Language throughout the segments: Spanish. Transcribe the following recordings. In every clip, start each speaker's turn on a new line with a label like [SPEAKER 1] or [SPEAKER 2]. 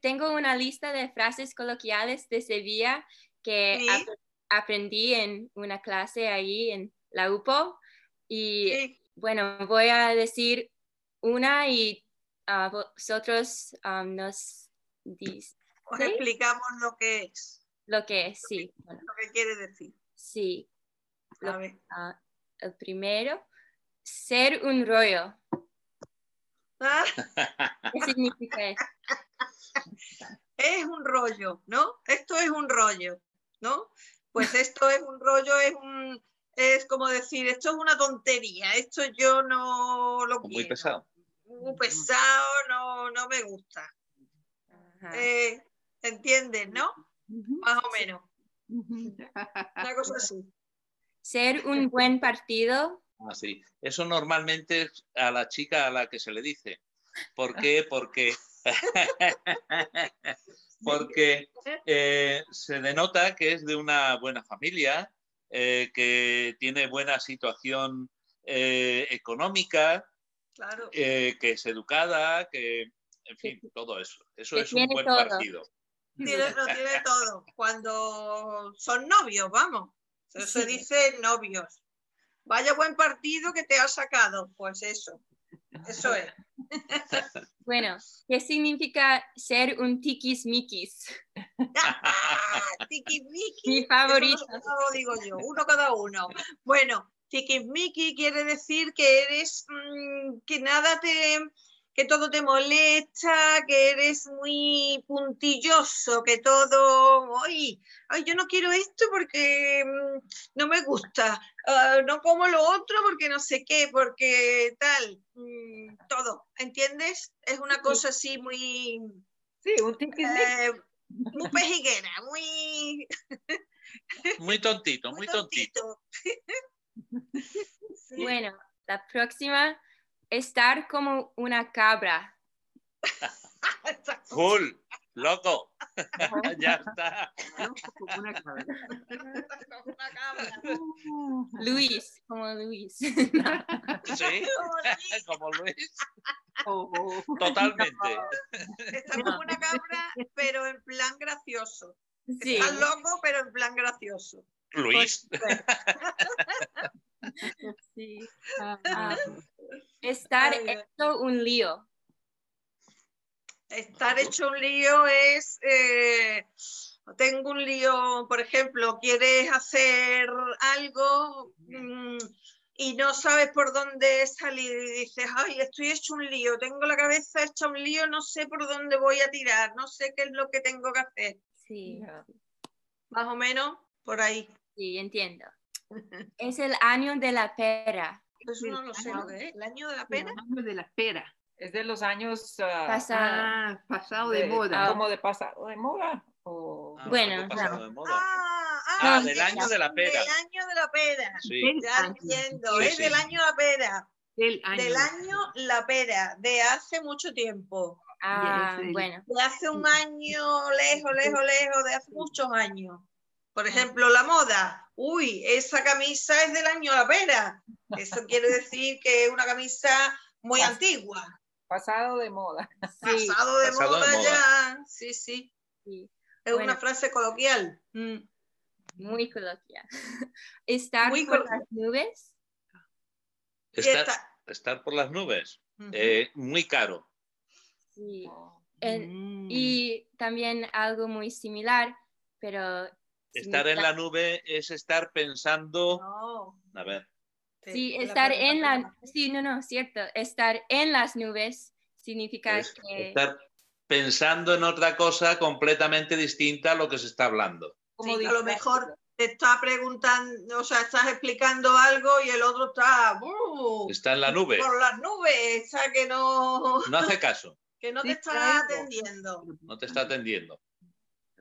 [SPEAKER 1] Tengo una lista de frases coloquiales de Sevilla que
[SPEAKER 2] Sí.
[SPEAKER 1] ap- aprendí en una clase ahí en la UPO. Y
[SPEAKER 2] Sí.
[SPEAKER 1] bueno, voy a decir una y ah, vosotros ah, nos dices
[SPEAKER 2] Os
[SPEAKER 1] ¿Sí?
[SPEAKER 2] pues explicamos lo que es,
[SPEAKER 1] lo que es. Sí, bueno,
[SPEAKER 2] lo que quiere decir.
[SPEAKER 1] sí.
[SPEAKER 2] A ver.
[SPEAKER 1] Ah, el primero, ser un rollo.
[SPEAKER 2] Ah,
[SPEAKER 1] ¿Qué significa eso?
[SPEAKER 2] es un rollo, ¿no? Esto es un rollo, ¿no? Pues esto es un rollo, es un es como decir, esto es una tontería, esto yo no lo
[SPEAKER 3] Muy
[SPEAKER 2] quiero.
[SPEAKER 3] pesado.
[SPEAKER 2] Muy pesado, no, no me gusta.
[SPEAKER 1] Ajá.
[SPEAKER 2] Eh, ¿Entiendes, no?
[SPEAKER 4] Ujú.
[SPEAKER 2] Más o menos.
[SPEAKER 4] Ujú.
[SPEAKER 2] Una cosa así.
[SPEAKER 1] Ser un buen partido.
[SPEAKER 3] Ah, sí. Eso normalmente es a la chica a la que se le dice. ¿Por qué? Porque, porque eh, se denota que es de una buena familia, eh, que tiene buena situación eh, económica,
[SPEAKER 2] Claro.
[SPEAKER 3] eh, que es educada, que, en fin, todo eso. Eso
[SPEAKER 1] Que
[SPEAKER 3] es un
[SPEAKER 1] tiene
[SPEAKER 3] buen
[SPEAKER 1] todo.
[SPEAKER 3] partido.
[SPEAKER 2] Tiene- lo tiene todo. Cuando son novios, vamos. Se, se
[SPEAKER 1] Sí.
[SPEAKER 2] dice novios. Vaya buen partido que te has sacado. Pues eso. Eso es.
[SPEAKER 1] Bueno, ¿qué significa ser un tiquismiquis?
[SPEAKER 2] Ah, Tiquismiqui.
[SPEAKER 1] Mi
[SPEAKER 2] Eso
[SPEAKER 1] favorito.
[SPEAKER 2] no- no lo digo yo. Uno cada uno. Bueno, tiquismiqui quiere decir que eres. mm, que nada te. que todo te molesta, que eres muy puntilloso, que todo. ¡Ay! ay, yo no quiero esto porque mm, no me gusta, ah, no como lo otro porque no sé qué, porque tal, mm, todo, ¿entiendes? Es una cosa así muy,
[SPEAKER 4] Sí, un tiquismiquis.
[SPEAKER 2] eh, muy pejiguera, muy,
[SPEAKER 3] Muy tontito, muy tontito.
[SPEAKER 2] Sí.
[SPEAKER 1] Bueno, la próxima, estar como una cabra.
[SPEAKER 3] Cool, loco. ya está.
[SPEAKER 4] Como una cabra.
[SPEAKER 2] Una cabra.
[SPEAKER 1] Luis, como Luis.
[SPEAKER 3] Sí,
[SPEAKER 2] Jolín,
[SPEAKER 3] como Luis.
[SPEAKER 4] Oh, oh.
[SPEAKER 3] Totalmente.
[SPEAKER 2] Está como una cabra, pero en plan gracioso.
[SPEAKER 1] Sí,
[SPEAKER 2] Está loco, pero en plan gracioso.
[SPEAKER 3] Luis.
[SPEAKER 1] sí.
[SPEAKER 4] Ah,
[SPEAKER 1] Estar
[SPEAKER 2] Ay, Dios.
[SPEAKER 1] hecho un lío.
[SPEAKER 2] Estar hecho un lío es, eh, tengo un lío, por ejemplo, quieres hacer algo mm, y no sabes por dónde salir y dices, ay, estoy hecho un lío, tengo la cabeza hecha un lío, no sé por dónde voy a tirar, no sé qué es lo que tengo que hacer,
[SPEAKER 1] Sí,
[SPEAKER 2] más o menos por ahí.
[SPEAKER 1] sí, entiendo. Es el año de la pera.
[SPEAKER 2] Eso no lo sé, lo que es, el año de la pena.
[SPEAKER 4] los años de la espera.
[SPEAKER 5] Es de los años ah,
[SPEAKER 1] Pasado.
[SPEAKER 4] Ah, pasado de
[SPEAKER 2] ah,
[SPEAKER 4] moda.
[SPEAKER 5] ¿Cómo de pasado de moda? O...
[SPEAKER 3] Ah,
[SPEAKER 1] Bueno,
[SPEAKER 3] algo pasado de moda.
[SPEAKER 2] Ah,
[SPEAKER 3] Ah,
[SPEAKER 1] del
[SPEAKER 3] año de la pera.
[SPEAKER 2] Del año de la pera.
[SPEAKER 3] Sí,
[SPEAKER 2] Ya entiendo,
[SPEAKER 3] Sí,
[SPEAKER 2] es
[SPEAKER 3] sí.
[SPEAKER 2] del año de la pera.
[SPEAKER 4] Del año.
[SPEAKER 2] Del año La Pera, de hace mucho tiempo.
[SPEAKER 1] Ah,
[SPEAKER 4] es el-
[SPEAKER 1] bueno.
[SPEAKER 2] De hace un año, lejos, lejos, lejos, de hace muchos años. Por ejemplo, la moda. Uy, esa camisa es del año La Pera. Eso quiere decir que es una camisa muy
[SPEAKER 5] Pas-
[SPEAKER 2] antigua.
[SPEAKER 5] Pasado de moda.
[SPEAKER 1] Sí,
[SPEAKER 2] pasado de
[SPEAKER 3] pasado de
[SPEAKER 2] moda
[SPEAKER 3] moda.
[SPEAKER 2] ya. Sí, sí.
[SPEAKER 1] sí.
[SPEAKER 2] Es
[SPEAKER 1] Bueno.
[SPEAKER 2] una frase coloquial. Mm.
[SPEAKER 1] Muy coloquial. Estar
[SPEAKER 2] Muy
[SPEAKER 1] por
[SPEAKER 2] coloquial.
[SPEAKER 1] las nubes.
[SPEAKER 2] Y
[SPEAKER 3] estar,
[SPEAKER 2] esta-
[SPEAKER 3] estar por las nubes.
[SPEAKER 1] eh,
[SPEAKER 2] Ujú.
[SPEAKER 3] Eh, muy caro.
[SPEAKER 1] Sí.
[SPEAKER 5] Oh.
[SPEAKER 1] El-
[SPEAKER 4] Mm.
[SPEAKER 1] Y también algo muy similar, pero...
[SPEAKER 3] Estar en la nube es estar pensando.
[SPEAKER 2] No.
[SPEAKER 3] A ver.
[SPEAKER 2] te-
[SPEAKER 1] Sí,
[SPEAKER 2] Este, la
[SPEAKER 1] estar
[SPEAKER 2] pregunta
[SPEAKER 1] en
[SPEAKER 2] fue
[SPEAKER 1] la... Sí, no, no, cierto. Estar en las nubes significa
[SPEAKER 3] es
[SPEAKER 1] que...
[SPEAKER 3] estar pensando en otra cosa completamente distinta a lo que se está hablando.
[SPEAKER 5] Como
[SPEAKER 2] Sí, a lo
[SPEAKER 5] distraído.
[SPEAKER 2] mejor te está preguntando, o sea, estás explicando algo y el otro está ¡uh!
[SPEAKER 3] Está en la nube.
[SPEAKER 2] por las nubes, o sea, que no,
[SPEAKER 3] No hace caso.
[SPEAKER 2] que no te está
[SPEAKER 5] Distraído.
[SPEAKER 2] atendiendo.
[SPEAKER 3] No te está atendiendo.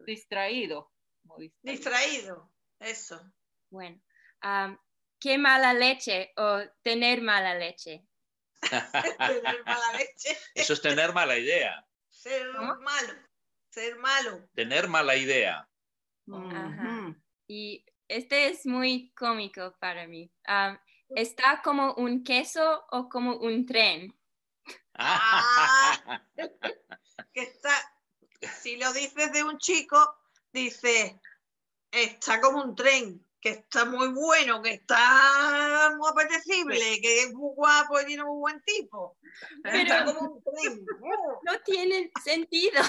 [SPEAKER 5] Distraído. como distraído.
[SPEAKER 2] Distraído, eso.
[SPEAKER 1] Bueno, am, qué mala leche o tener mala leche.
[SPEAKER 2] Tener mala leche,
[SPEAKER 3] Eso es tener mala idea.
[SPEAKER 2] ser
[SPEAKER 1] ¿Cómo?
[SPEAKER 2] malo, ser malo.
[SPEAKER 3] Tener mala idea.
[SPEAKER 4] Ujú.
[SPEAKER 1] Ajá. Y este es muy cómico para mí. Am, está como un queso o como un tren.
[SPEAKER 2] Ah. Que está, si lo dices de un chico, dices, está como un tren, que está muy bueno, que está muy apetecible, que es muy guapo y tiene muy buen tipo.
[SPEAKER 1] Pero-
[SPEAKER 2] Está como un tren.
[SPEAKER 1] No tiene sentido.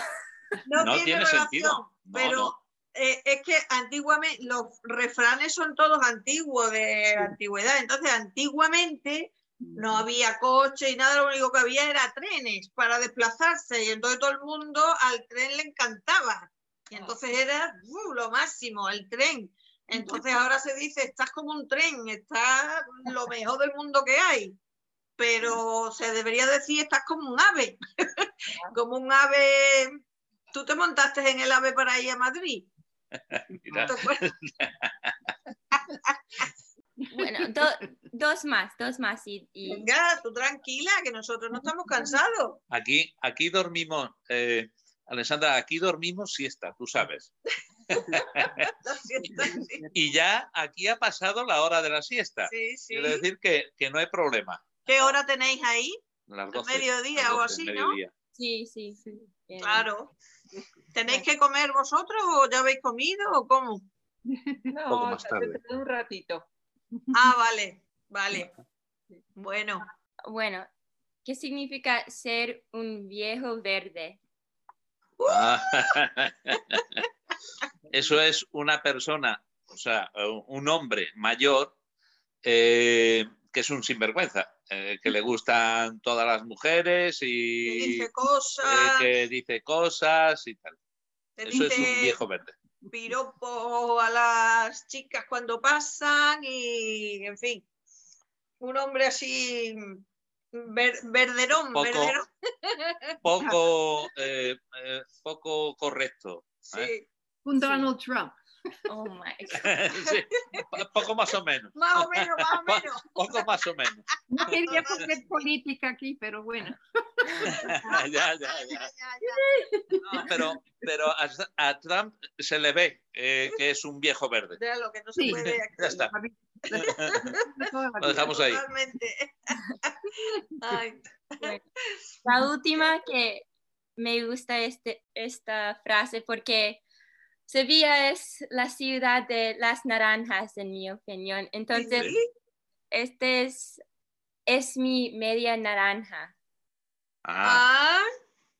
[SPEAKER 2] No,
[SPEAKER 3] No
[SPEAKER 2] tiene,
[SPEAKER 3] tiene
[SPEAKER 2] relación,
[SPEAKER 3] sentido. No,
[SPEAKER 2] pero
[SPEAKER 3] no.
[SPEAKER 2] eh, es que antiguamente los refranes son todos antiguos de antigüedad, entonces antiguamente no había coche y nada, lo único que había era trenes para desplazarse y entonces todo el mundo al tren le encantaba y entonces era uh, lo máximo, el tren. Entonces ahora se dice, estás como un tren, estás lo mejor del mundo que hay, pero se debería decir, estás como un ave, como un ave Tú te montaste en el AVE para ir a Madrid. pues,
[SPEAKER 3] Mira,
[SPEAKER 2] ¿Te acuerdas?
[SPEAKER 1] Bueno, do- dos más, dos más y, y-
[SPEAKER 2] Venga, tú tranquila, que nosotros no estamos cansados.
[SPEAKER 3] aquí, aquí dormimos, eh, Alessandra, aquí dormimos siesta, tú sabes.
[SPEAKER 2] Así está, sí,
[SPEAKER 3] Y ya aquí ha pasado la hora de la siesta.
[SPEAKER 2] sí, sí.
[SPEAKER 3] Quiero decir que, que no hay problema.
[SPEAKER 2] ¿Qué hora tenéis ahí?
[SPEAKER 3] Las
[SPEAKER 2] Al
[SPEAKER 3] 12,
[SPEAKER 2] mediodía
[SPEAKER 3] las
[SPEAKER 2] o
[SPEAKER 3] 12,
[SPEAKER 2] así,
[SPEAKER 3] Ah, mediodía.
[SPEAKER 1] sí, sí, Eh, bien.
[SPEAKER 2] Claro. ¿Tenéis que comer vosotros o ya habéis comido o cómo?
[SPEAKER 5] No,
[SPEAKER 3] poco más
[SPEAKER 5] tal vez
[SPEAKER 3] tarde.
[SPEAKER 5] en un ratito.
[SPEAKER 2] Ah, vale, vale. Bueno,
[SPEAKER 1] Bueno, ¿qué significa ser un viejo verde?
[SPEAKER 3] Ah.
[SPEAKER 2] ¡Uh!
[SPEAKER 3] Eso es una persona, o sea, un hombre mayor eh, que es un sinvergüenza, eh, que le gustan todas las mujeres
[SPEAKER 2] te
[SPEAKER 3] y
[SPEAKER 2] dice
[SPEAKER 3] eh,
[SPEAKER 2] cosas,
[SPEAKER 3] que dice cosas y tal.
[SPEAKER 2] te
[SPEAKER 3] Eso es un
[SPEAKER 2] dice
[SPEAKER 3] viejo verde.
[SPEAKER 2] piropos a las chicas cuando pasan y, en fin, un hombre así ver- verderón,
[SPEAKER 3] Poco-
[SPEAKER 2] verderón.
[SPEAKER 3] Poco, eh, eh, poco correcto.
[SPEAKER 2] Sí,
[SPEAKER 3] ¿eh?
[SPEAKER 4] Un Donald Trump.
[SPEAKER 1] Oh my
[SPEAKER 3] Sí, po- poco más o menos.
[SPEAKER 2] más o menos, más o menos.
[SPEAKER 3] Poco más o menos.
[SPEAKER 4] No quería poner política aquí, pero bueno.
[SPEAKER 3] Ya, ya, ya. No, pero, pero a, a Trump se le ve eh, que es un viejo verde.
[SPEAKER 2] Ya lo que no se
[SPEAKER 4] Sí.
[SPEAKER 2] puede
[SPEAKER 3] Ya está.
[SPEAKER 4] Toda la
[SPEAKER 3] Lo
[SPEAKER 4] vida.
[SPEAKER 3] dejamos ahí.
[SPEAKER 2] Totalmente. Ay,
[SPEAKER 1] La última que me gusta este, esta frase porque Sevilla es la ciudad de las naranjas, en mi opinión. Entonces,
[SPEAKER 2] sí,
[SPEAKER 1] este es, es mi media naranja.
[SPEAKER 3] Ah,
[SPEAKER 2] Ah,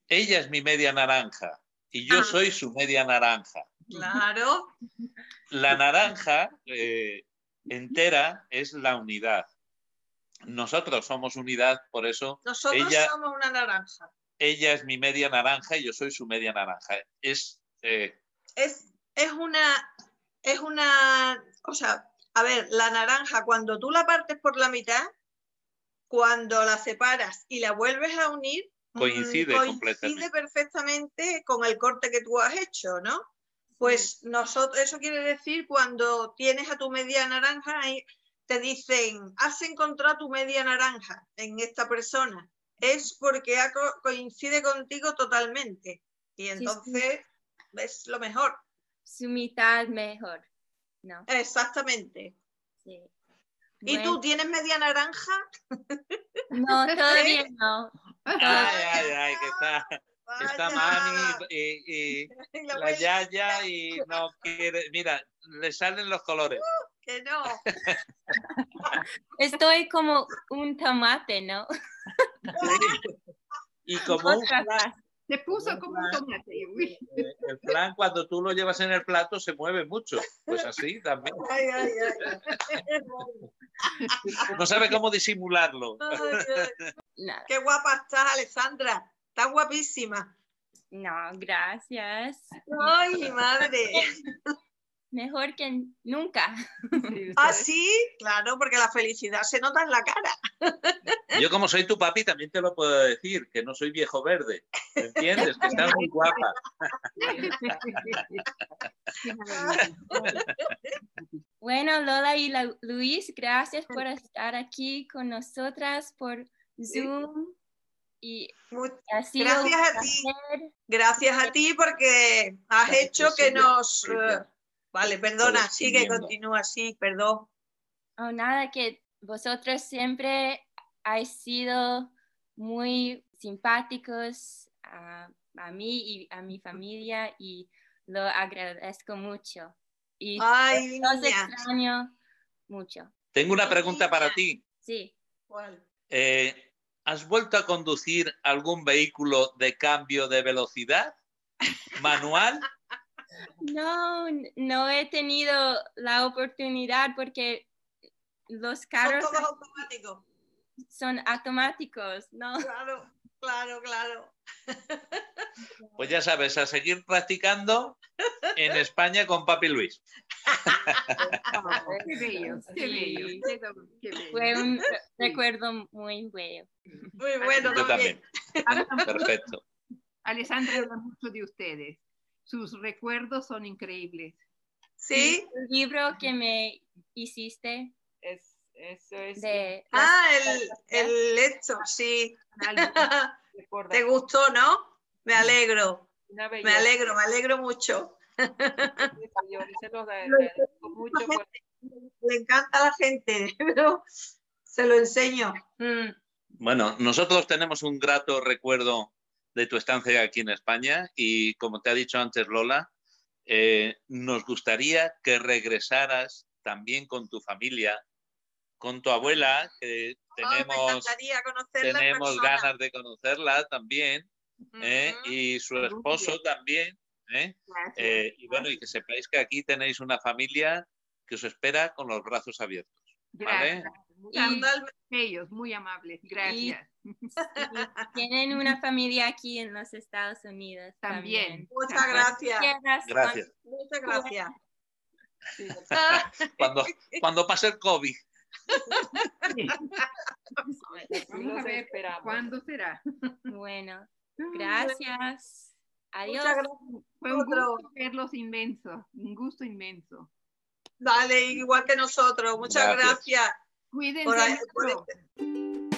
[SPEAKER 3] ella es mi media naranja y yo
[SPEAKER 2] Ah.
[SPEAKER 3] soy su media naranja.
[SPEAKER 2] claro.
[SPEAKER 3] La naranja eh, entera es la unidad. Nosotros somos unidad, por eso
[SPEAKER 2] Nosotros
[SPEAKER 3] Ella-
[SPEAKER 2] somos una naranja.
[SPEAKER 3] ella es mi media naranja y yo soy su media naranja. Es eh,
[SPEAKER 2] Es, es una, es una, o sea, a ver, la naranja, cuando tú la partes por la mitad, cuando la separas y la vuelves a unir, mm,
[SPEAKER 3] Coincide
[SPEAKER 2] coincide
[SPEAKER 3] completamente.
[SPEAKER 2] perfectamente con el corte que tú has hecho, ¿no? Pues nosotros, eso quiere decir cuando tienes a tu media naranja, ahí te dicen, has encontrado tu media naranja en esta persona. Es porque ha co- coincide contigo totalmente. Y entonces es lo mejor.
[SPEAKER 1] Su mitad mejor. No,
[SPEAKER 2] Exactamente.
[SPEAKER 1] sí.
[SPEAKER 2] ¿Y tú tienes media naranja?
[SPEAKER 1] Bueno, No, todavía no.
[SPEAKER 3] ay, ay, ay, que está, está
[SPEAKER 2] Vaya.
[SPEAKER 3] Mami y- y
[SPEAKER 2] La
[SPEAKER 3] la
[SPEAKER 2] abuela,
[SPEAKER 3] Yaya y no quiere. Mira, le salen los colores.
[SPEAKER 2] que no.
[SPEAKER 1] Estoy como un tomate, ¿no?
[SPEAKER 3] Sí. Y como un
[SPEAKER 2] Oh,
[SPEAKER 3] eh,
[SPEAKER 1] Otra frase.
[SPEAKER 4] Se puso como un tomate. uy.
[SPEAKER 3] El flan, cuando tú lo llevas en el plato, se mueve mucho. Pues así también.
[SPEAKER 2] Ay, ay, ay, ay.
[SPEAKER 3] No sabe cómo disimularlo.
[SPEAKER 2] Ay, ay.
[SPEAKER 1] Nada.
[SPEAKER 2] Qué guapa estás, Alessandra. Estás guapísima.
[SPEAKER 1] No, gracias.
[SPEAKER 2] Ay, madre.
[SPEAKER 1] Mejor que n- nunca.
[SPEAKER 5] Sí,
[SPEAKER 2] Ah,
[SPEAKER 5] ustedes-
[SPEAKER 2] sí, claro, porque la felicidad se nota en la cara.
[SPEAKER 3] Yo, como soy tu papi, también te lo puedo decir, que no soy viejo verde. ¿Me entiendes? Que estás muy guapa.
[SPEAKER 1] Bueno, Lola y Lu- Luis, gracias por estar aquí con nosotras por Zoom. Y
[SPEAKER 2] Mu-
[SPEAKER 1] ha sido un
[SPEAKER 2] Gracias a ti.
[SPEAKER 1] placer.
[SPEAKER 2] Gracias a ti porque has
[SPEAKER 3] Gracias,
[SPEAKER 2] hecho que
[SPEAKER 3] señor.
[SPEAKER 2] nos... eh,
[SPEAKER 3] Gracias.
[SPEAKER 2] Vale, perdona,
[SPEAKER 3] Todos
[SPEAKER 2] sigue,
[SPEAKER 3] siguiendo.
[SPEAKER 2] continúa, sí, perdón.
[SPEAKER 1] Oh, nada, que vosotros siempre habéis sido muy simpáticos a, a mí y a mi familia y lo agradezco mucho. Y
[SPEAKER 2] Ay,
[SPEAKER 1] los
[SPEAKER 2] niña.
[SPEAKER 1] extraño mucho.
[SPEAKER 3] Tengo una pregunta para ti.
[SPEAKER 1] Sí.
[SPEAKER 2] ¿Cuál?
[SPEAKER 3] Eh, ¿Has vuelto a conducir algún vehículo de cambio de velocidad? ¿Manual?
[SPEAKER 1] No, n- no he tenido la oportunidad porque los
[SPEAKER 2] Son
[SPEAKER 1] carros
[SPEAKER 2] todos automáticos.
[SPEAKER 1] son automáticos, ¿no?
[SPEAKER 2] Claro, claro, claro.
[SPEAKER 3] Pues ya sabes, a seguir practicando en España con Papi Luis.
[SPEAKER 5] Ah,
[SPEAKER 4] Qué bello, qué bello. qué do- qué bello.
[SPEAKER 1] Fue un re- recuerdo muy bello.
[SPEAKER 2] Muy bueno,
[SPEAKER 3] Yo
[SPEAKER 2] también.
[SPEAKER 3] también.
[SPEAKER 4] Habla mucho-
[SPEAKER 3] Perfecto.
[SPEAKER 4] Alessandra habla mucho de ustedes. Sus recuerdos son increíbles.
[SPEAKER 2] Sí.
[SPEAKER 1] El libro que me hiciste
[SPEAKER 5] es- eso es
[SPEAKER 1] de... las-
[SPEAKER 2] Ah, el, el esto, sí.
[SPEAKER 5] algo recordar.
[SPEAKER 2] Te gustó, ¿no? Me alegro,
[SPEAKER 5] Una
[SPEAKER 2] me
[SPEAKER 5] belleza.
[SPEAKER 2] alegro, me alegro mucho.
[SPEAKER 5] Yo se los agradezco mucho por
[SPEAKER 2] Le encanta a la gente, pero se lo enseño. Mm.
[SPEAKER 3] Bueno, nosotros tenemos un grato recuerdo de tu estancia aquí en España y como te ha dicho antes Lola, eh, nos gustaría que regresaras también con tu familia, con tu abuela, que
[SPEAKER 2] Ay, me
[SPEAKER 3] tenemos,
[SPEAKER 2] encantaría conocerla. en
[SPEAKER 3] tenemos
[SPEAKER 2] persona. Mm.
[SPEAKER 3] ganas de conocerla también, ¿eh?
[SPEAKER 2] Ujú.
[SPEAKER 3] y su
[SPEAKER 4] Muy
[SPEAKER 3] esposo también. ¿eh? Eh, y bueno, y que sepáis que aquí tenéis una familia que os espera con los brazos abiertos.
[SPEAKER 4] Gracias.
[SPEAKER 1] y-
[SPEAKER 2] Totalmente.
[SPEAKER 4] Ellos, muy amables. Gracias.
[SPEAKER 1] y tienen una familia aquí en los Estados Unidos también.
[SPEAKER 4] También.
[SPEAKER 2] Muchas gracias.
[SPEAKER 1] Gracias.
[SPEAKER 3] Gracias.
[SPEAKER 2] Muchas gracias.
[SPEAKER 5] sí,
[SPEAKER 2] Ah,
[SPEAKER 3] Cuando, cuando pase el COVID.
[SPEAKER 5] así
[SPEAKER 4] Vamos a
[SPEAKER 5] los
[SPEAKER 4] ver
[SPEAKER 5] esperamos.
[SPEAKER 4] ¿Cuándo será?
[SPEAKER 1] Bueno, gracias. Adiós.
[SPEAKER 2] muchas gracias.
[SPEAKER 4] Fue un
[SPEAKER 2] Otro.
[SPEAKER 4] gusto verlos inmenso. Un gusto inmenso.
[SPEAKER 2] Vale, igual que nosotros. Muchas
[SPEAKER 3] Gracias.
[SPEAKER 2] gracias.
[SPEAKER 4] Cuídense.
[SPEAKER 2] Por ahí-
[SPEAKER 4] mucho.
[SPEAKER 2] por